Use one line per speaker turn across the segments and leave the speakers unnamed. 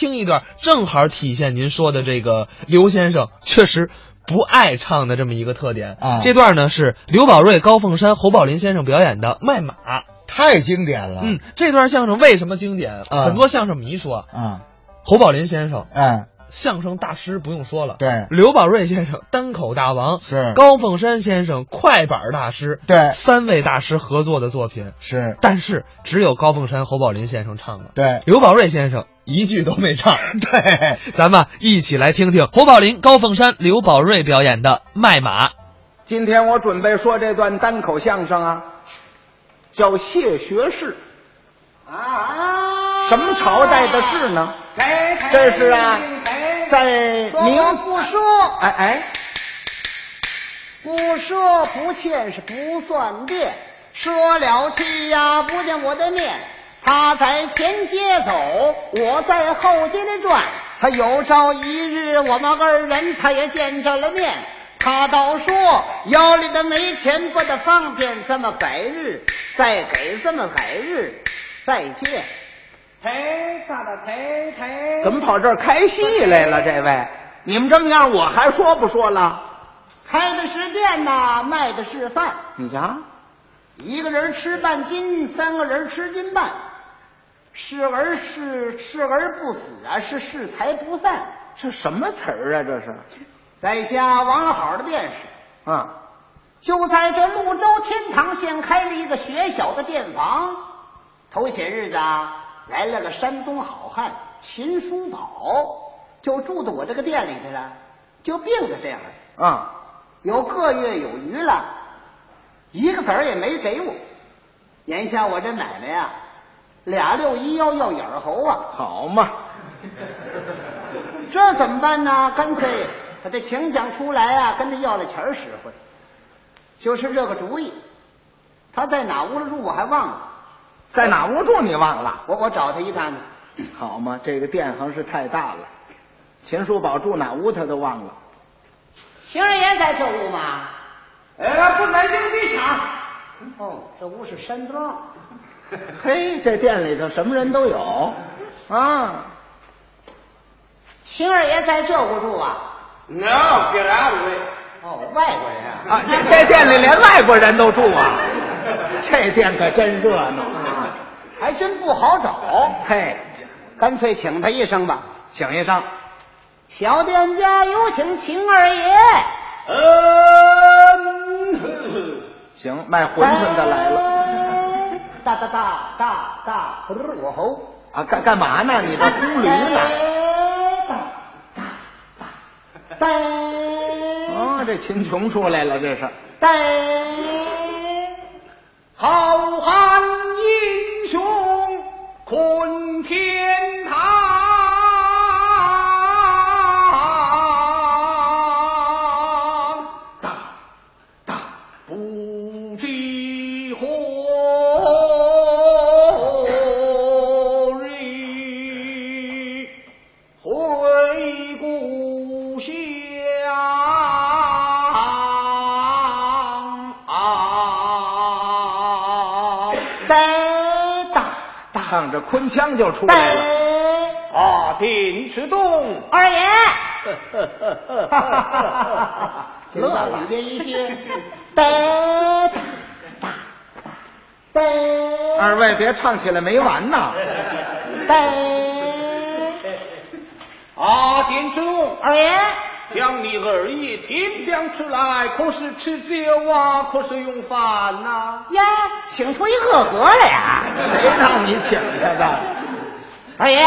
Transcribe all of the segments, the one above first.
听一段，正好体现您说的这个刘先生确实不爱唱的这么一个特点
啊
这段呢是刘宝瑞、高凤山、侯宝林先生表演的《卖马》。
啊太经典了。
嗯，这段相声为什么经典？
啊
很多相声迷说，
啊，
侯宝林先生
哎，
相声大师不用说了，
对，
刘宝瑞先生单口大王，
是
高凤山先生快板大师，
对
三位大师合作的作品，
是，
但是只有高凤山、侯宝林先生唱了，
对
刘宝瑞先生一句都没 唱。
对，
咱们一起来听听侯宝林、高凤山、刘宝瑞表演的《卖马》。
今天我准备说这段单口相声啊，叫谢学士。
啊，
什么朝代的事呢？
哎
这是啊，在
明
明
不说，
哎哎，
不说不欠是不算变，说了去呀不见我的面，他在前街走，我在后街里转，他有朝一日我们二人他也见着了面。他倒说腰里的没钱不得方便，这么改日，再给这么改日，再见。
抬大的抬抬，
怎么跑这儿开戏来了？这位，你们这么样，我还说不说了？
开的是店呐，卖的是饭。
你瞧，
一个人吃半斤，三个人吃斤半，是而是是而不死啊，是是财不散。
这什么词儿啊？这是
在下王老好的便是，
啊，
就在这潞州天堂县开了一个学小的店房。头些日子啊，来了个山东好汉秦叔宝，就住到我这个店里去了，就病在这样了。
啊，
有个月有余了，一个子儿也没给我。眼下我这买卖呀、俩六一幺要眼儿猴啊，
好嘛，
这怎么办呢？干脆把这情讲出来啊，跟他要了钱儿实惠。就是这个主意，他在哪屋子住我还忘了，
在哪屋住你忘了？
我我找他一趟去。
好嘛，这个店行是太大了，秦叔宝住哪屋他都忘了。
邢二爷在这屋吗？
哎，不买硬币场。
哦，这屋是山庄。
嘿，这店里头什么人都有啊。
邢二爷在这屋住啊？
No, get out of it.
哦，外国人啊。
啊，这这店里连外国人都住啊，这店可真热闹。
还真不好找，
嘿，
干脆请他一声吧。
请一声，
小店家有请秦二爷。
嗯，
行，卖馄饨的来了
了。哒哒哒哒哒，不是我猴，
啊，干干嘛呢？你这秃驴呢？
哎哒哒哒哒
哦，这秦琼出来了，这是
哒。
浩瀚英雄困天堂。大大不知何日回故乡。
啊
呆哒哒
唱着昆腔就出来了。
呆，
啊，电池洞。
二 爷，
乐
乐
了
里边一些，呆哒哒哒，呆。
二位别唱起来没完呐！
拜，
啊，电池洞。
二爷，
将你儿爷天将出来，可是吃酒啊，可是用饭呐、
呀，请出一个格来啊呀！
谁让你请他的？
二爷，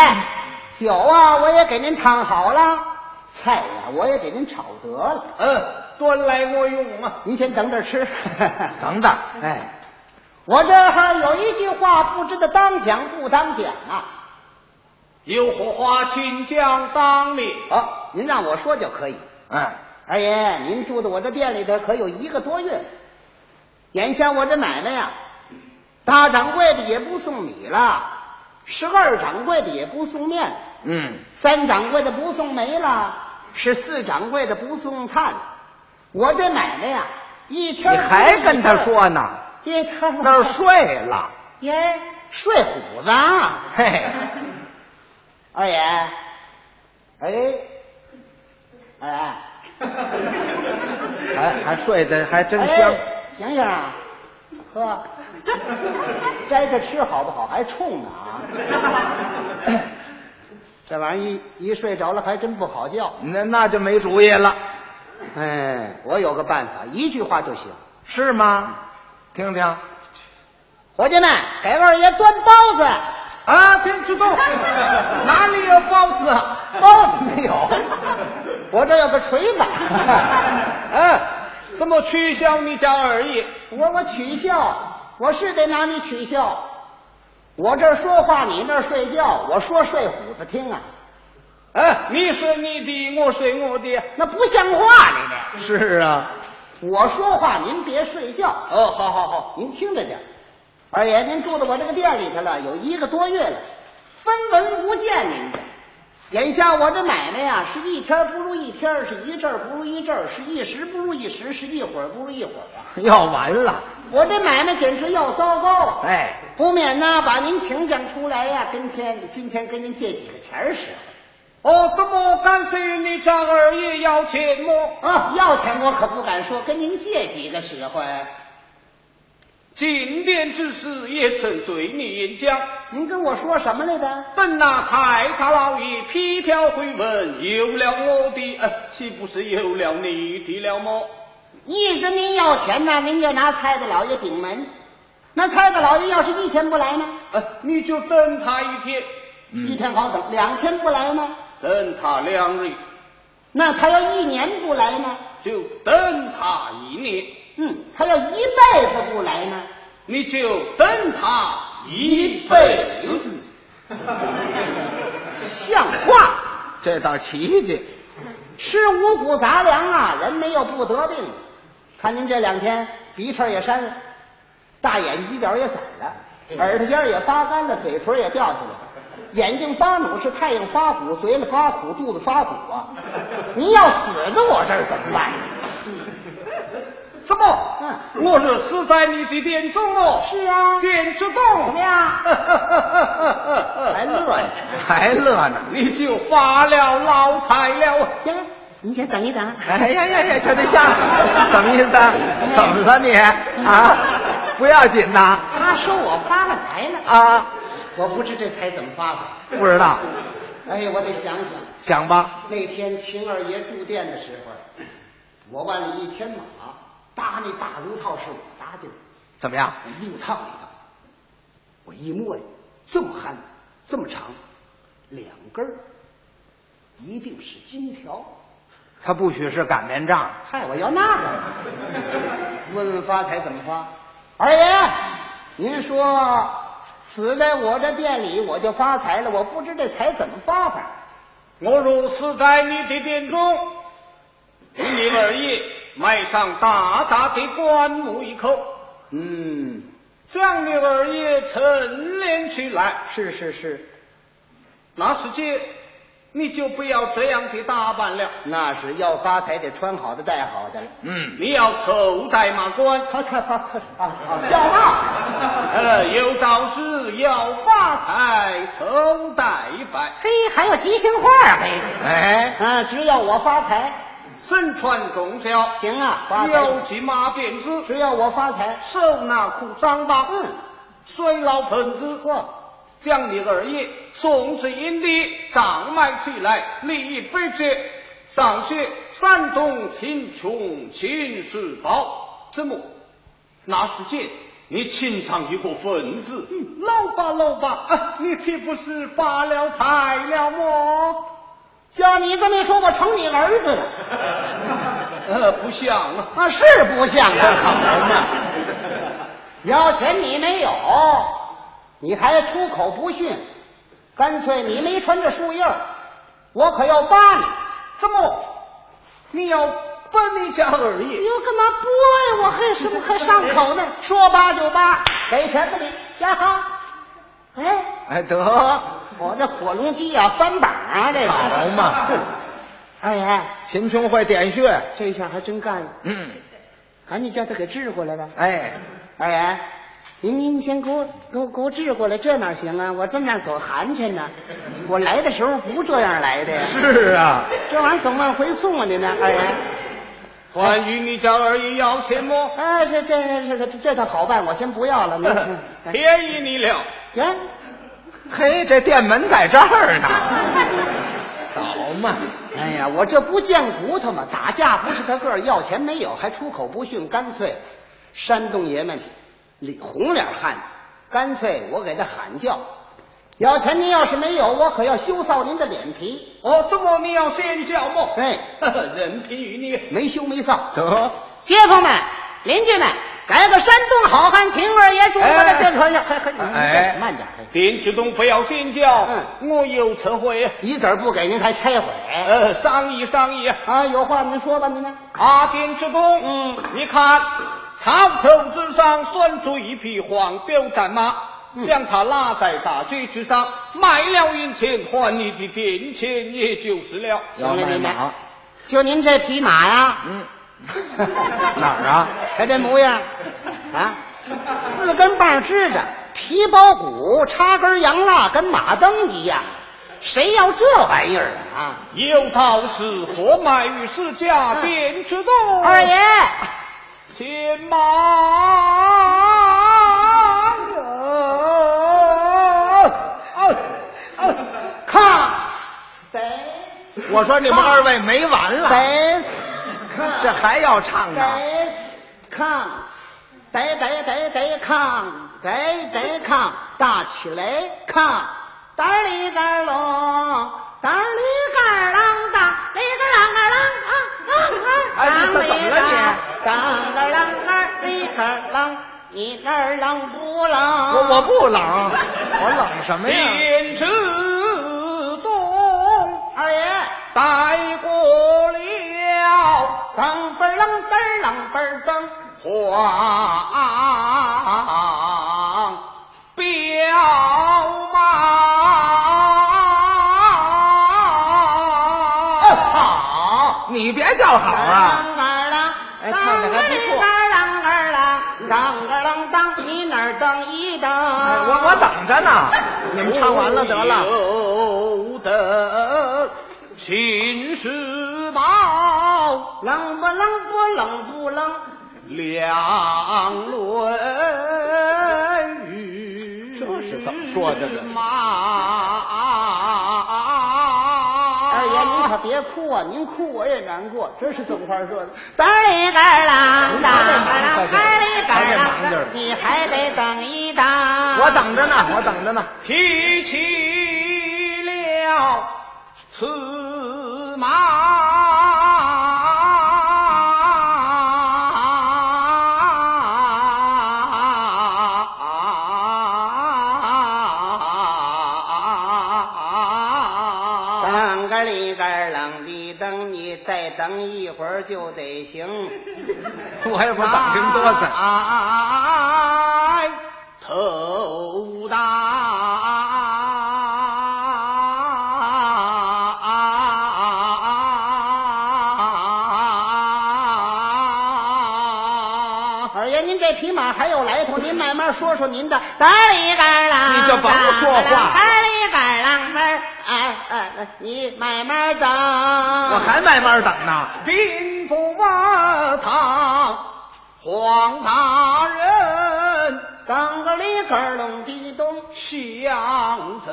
酒啊，我也给您烫好了，菜呀、我也给您炒得了，
嗯，端来我用啊。
您先等着吃。
等等，哎，
我这儿有一句话，不知道当讲不当讲啊？
有火花，请将当面。嗯
哦，您让我说就可以。
哎，
二爷，您住在我这店里头可有一个多月了，眼下我这买卖呀、大掌柜的也不送米了，十二掌柜的也不送面了，
嗯，
三掌柜的不送煤了，十四掌柜的不送炭了。我这买卖呀、一
你
天
还跟他说呢？
一天儿
那儿睡了，
哎耶睡虎子啊。
嘿，
二爷，哎，哎，
还还睡得还真
哎
香。
醒醒啊，呵，摘着吃好不好？还冲呢啊！ 这玩意一一睡着了，还真不好觉。
那那就没主意了，
哎，我有个办法，一句话就行。
是吗？听听
伙计们，给二爷端包子，
啊，天知道，哪里有包子啊？
包子没有， 我这有个锤 子。
哎，怎么取消你家二爷？
我我取笑，我是得拿你取笑。我这儿说话，你那儿睡觉，我说睡虎子听啊，
哎，你说你的，我说我的。
那不像话！你这
是啊，
我说话，您别睡觉，
哦，好好好，
您听着点。二爷，您住到我这个店里头了，有一个多月了，分文无见您的。眼下我这买卖呀、是一天不如一天，是一阵儿不如一阵儿，是一时不如一时，是一会儿不如一会儿啊！
要完了。
我这买卖简直要糟糕啊了。
哎，
不免呢，把您请讲出来呀、跟天今天跟您借几个钱儿使
哦，怎么感谢你家二爷要钱么？
啊！要钱我可不敢说，跟您借几个使唤。
今天之事也曾对你演讲，
您跟我说什么来着？
等那蔡大老爷批票回文，有了我的，呃，岂不是有了你的了么？
意思您要钱呢，您就拿蔡大老爷顶门。那蔡大老爷要是一天不来呢？
呃，你就等他一天，
一天好等，两天不来呢？
等他两日，
那他要一年不来呢？
就等他一年，
嗯，他要一辈子不来呢？
你就等他一辈子。
像话！
这倒奇迹。
吃五谷杂粮啊，人没有不得病的。看您这两天鼻涕也潸了，大眼犄角也散了，
嗯
耳朵尖儿也发干了，嘴唇也掉下来了，眼睛发努是太阳发苦，嘴里发苦，肚子发苦 啊！您要死到我这儿怎么办呢？
怎么？
嗯
我是死在你的店中哦。
是啊
店之
怎么
中。
样？还
还
乐呢？
还乐呢。
你就发了老财了。
呀，您先等一等。
哎呀呀呀，小对象，怎么意思啊？怎么了你啊？不要紧呐
他说我发了财了，
啊？
我不知这财怎么发的。
不知道，
哎，我得想想。
想吧。
那天秦二爷住店的时候，我万里一牵马，搭那大炉套是我搭的，
怎么样？
我入套里头，我一摸呀，这么憨，这么长，两根儿，一定是金条。
他不许是擀面杖。
嗨，我要那个。 问问发财怎么发？二爷，您说死在我这店里我就发财了，我不知这财怎么发法。
我若死在你的店中，你二爷买上大大的棺木一口，
嗯，
将你二爷陈列起来。
是是是，
那时间你就不要这样的打扮了，
那是要发财得穿好的戴好的了。
嗯，
你要头戴马冠，
他他他啊！笑闹！
呃，有道是要发财头戴白，
嘿，还有吉祥话啊！嘿，
哎，
啊，只要我发财，
身穿贡孝，
行啊，发
腰
财。
系马鞭子，
只要我发财，
手拿裤裆吧，
嗯，
水老盆子，
呵，
将你二爷送至营地长埋起来，立一碑节，上写山东秦琼秦世宝。怎么？那时间你请上一个分子，
嗯
老吧老吧，啊，你岂不是发了财了么？
叫你这么一说，我成你儿子了
呃，不像啊。
啊！是不像个好人呐！要钱你没有，你还出口不逊，干脆你没穿这树叶儿，我可要扒你。
怎么？你要奔你家二
你
爷？
又干嘛不爱我还什么还上口呢？说扒就扒，给钱不理，呀哈！哎，
哎得，
我这火龙鸡啊，翻榜啊，这
好
个
嘛，
二爷
秦琼会点穴。
这下还真干了，
嗯，
赶紧叫他给治过来吧。
哎，
二爷，您您先给我给我给我治过来，这哪行啊？我正那儿走寒碜呢，我来的时候不这样来的呀，
是啊，
这玩意儿总往回送啊！您呢，二爷？
关于你家二姨要钱 么？
哎，这这这这个这这倒好办，我先不要了。您嗯哎
便宜你了，
呀，
嘿，这店门在这儿呢。
好嘛，
哎呀，我这不贱骨头吗？打架不是他个儿，要钱没有，还出口不逊，干脆山东爷们里红脸汉子，干脆我给他喊叫，要钱您要是没有，我可要羞臊您的脸皮。
哦，这么你要尖叫么？
哎，
呃人品与你
没羞没臊。
得，
街坊们、邻居们，改个山东好汉秦二爷主播的宣传呀！还还
哎
慢点，嘿
林志东不要尖叫，
嗯
我有词汇，啊
一子儿不给您还拆毁。
呃，商议商议。
啊，有话您说吧，您呢？
阿丁之功，
嗯
你看草头之上拴住一匹黄骠战马，
嗯
将它拉在大街之上，卖了银钱换你的点钱，也就是了。
行了，您
要卖马
呢？就您这匹马呀？
嗯，
哪
哪儿啊？
瞧这模样啊，四根棒支着，皮包骨，插根洋蜡，跟马灯一样。谁要这玩意儿啊？
有道是活埋于世家，
嗯
便知道。
啊
二
哎
爷，
千马
看谁
我说你们二位没完了，
谁看
这还要唱啊？
得抗，得得得得抗，得得抗，打起来抗，打里嘎隆，打里嘎啷打里嘎啷嘎啷啊啊啊！
哎你
当里
怎么了你
嘎当嘎啷嘎里嘎啷，你那儿啷不啷？
我我不冷， 我冷什么呀？
便知东
二爷，
带过了。
啷嘣儿啷嘚儿啷嘣儿噔，
黄骠马。
哎好，你别叫好啊！
啷嘎啷。
哎唱得还不错
当个啷当当个啷当，你哪儿当一当？
哎我我等着呢，你们唱完了得了。
有的秦时宝，
冷不冷不冷不冷，
两轮雨。
这是怎么说的呢
马
二爷您可别哭啊，您哭我也难过，这是怎么话说的？当里个啷当啷当里个啷，你还得等一等。
我等着呢，我等着呢。
提起了此马，
当个里个啷里等，你再等一会儿就得行。
我也不等您多次。
哎，头大。
二爷，您这匹马还有来头，您慢慢说说您的。嘚里嘎啦，
你就甭说话
嘚里嘎啦嘚儿，哎哎，你慢慢等。
我
我
还慢慢等呢。
兵不马堂，黄大人
当个里嘎隆地咚，
相赠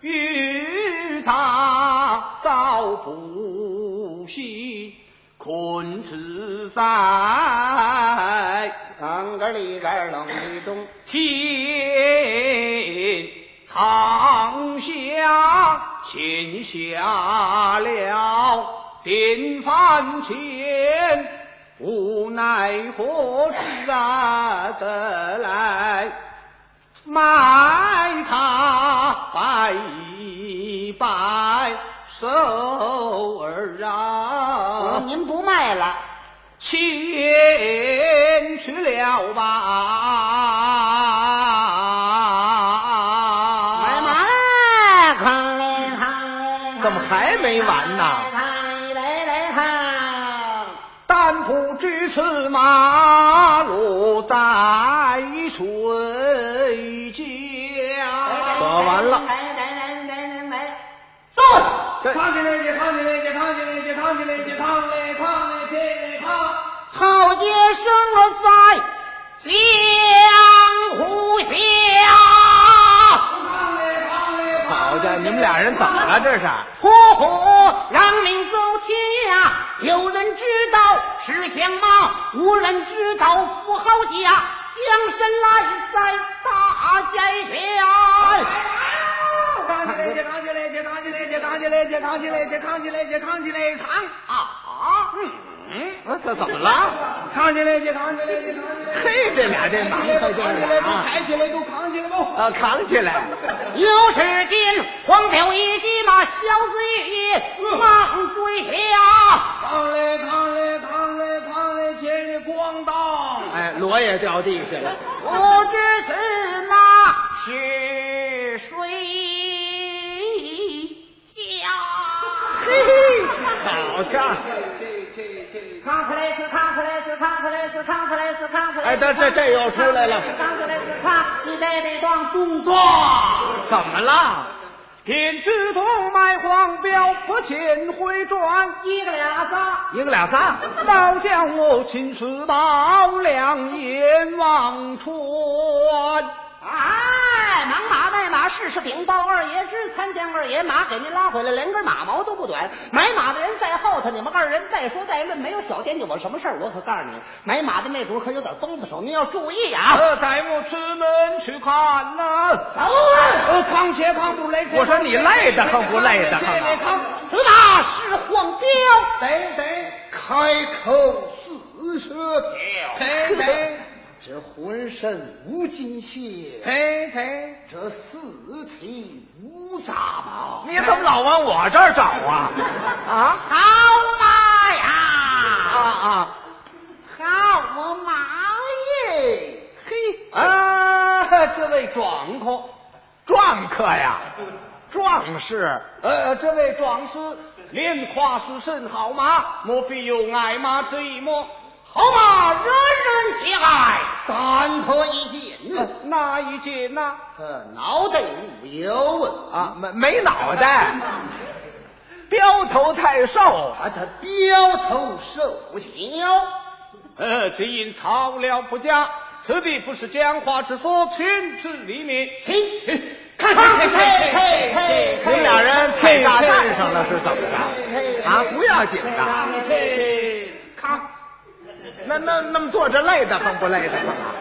与他早不息，困之在
当个里嘎隆地咚，
天堂下擒下了典范前，无奈何只啊得来卖他拜一拜手儿啊。
您不卖了，
前去了吧，
买卖康嘞康嘞，
怎么还没完呢
来来来来来，
大三浦之此马路在水
等
间。
完了
来来来来来来，
走，
这
唱起来，解唱起来，解唱起来，解唱起来，解唱嘞，唱嘞，解唱。
好杰生了在江湖下。
好家伙，你们俩人怎么了？这是？
火火让命走天涯，有人知道是相貌，无人知道富豪家，将身来在大街
解扛起来，解扛起来，解扛起来，解扛起来，解扛起来，解扛起来，扛起来，扛！
下。啊，
起
嗯，
啊，这怎么了？
来，解扛起来，解扛起来！
嘿，这俩这忙
扛
开
起
这
来，
俩
都
啊
抬起来，都扛起来吧！
啊，扛起来！
有只见黄表一骑马，小子一忙追下。
扛嘞，扛嘞，扛嘞，扛嘞，接里咣当！
哎，锣也掉地下了。
不知此马是谁家？
嘿嘿，好家伙！
康克莱斯，康克莱斯，康克莱斯，康克莱斯，康克莱斯。
哎，这这这又出来了，
康克莱斯，康，你在这逛动作。
怎么了？
天之同卖黄标，不钱回转。
一个俩仨，
一个俩仨，
刀将我秦时宝，两眼望穿。
哎，忙马卖马，事事禀报二爷知，参见二爷，马给您拉回来，连根马毛都不短。买马的人在后头，你们二人再说再论，没有小点酒，我什么事儿？我可告诉你，买马的那主可有点疯子手，您要注意啊。
呃，带我出门去看呐、
走啊！
呃，扛且扛不累，
我说你累得慌不累得慌啊
扛，
此马是黄标，
得得
开口四射标。
得得
这浑身无筋血，
得得，
这四蹄无杂毛。
你怎么老往我这儿找啊？啊
好马呀！
啊啊！
好我马耶！
嘿
啊，这位壮客，
壮客呀，壮士，
呃，这位壮士，连夸是甚好马，莫非有爱马之意么？
好马人人皆爱，干错一剑
呃
嗯
那一件呐、
呃，脑袋无油啊，
啊，没没脑袋，标头太瘦，
他他标头受小。
呃，只因草料不佳，此地不是讲话之所，群之黎民。
起，
看看看看看
你俩人踩大蛋上了是怎么着？啊，不要紧的，
嘿，看，
那那那么坐着累得慌不累得慌啊？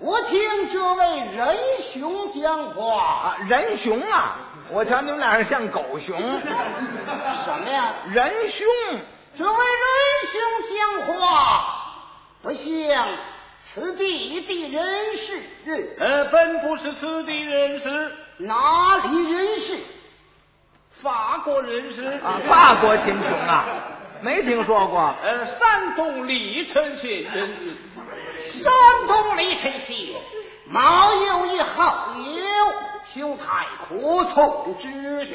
我听这位仁兄讲话，
啊，人熊啊，我瞧你们俩人像狗熊，
什么呀？
人凶，
这位仁兄讲话不像此地的人士，
呃，本不是此地人士，
哪里人士？
法国人呃士
啊，法国秦琼啊，没听说过。
呃，山东历城县人士，
山东李晨曦，毛有一好友，兄台苦痛之休。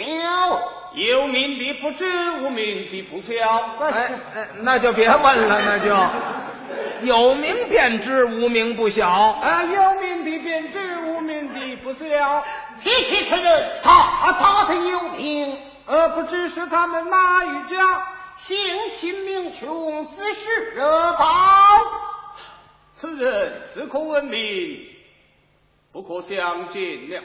有名的不知，无名的不晓。
哎哎，那就别问了，那就有名便知，无名不晓。
啊，有名的便知，无名的不晓。
提起此人，他他他有名，
呃，不知是他们哪一家？
性情名穷，自是惹宝。
此人自可闻名，不可相见了。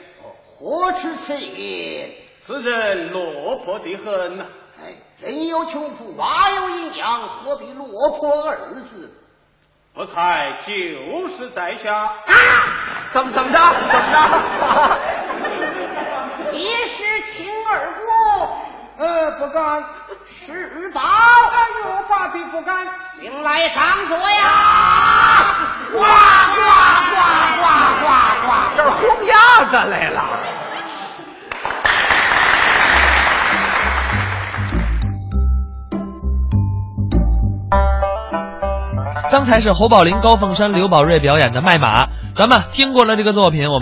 何知此言？
此人落魄的很呐、
哎，人有穷苦，娃有阴阳，何必落魄二字？
不才就是在下。
啊！
怎么怎么着？怎么着？啊
一是秦二姑，
呃，不敢，
是宝，
我发的不敢。
请来上座呀！呱呱呱呱呱
这儿轰鸭子来了。
刚才是侯宝林、高凤山、刘宝瑞表演的《卖马》，咱们听过了这个作品，我们。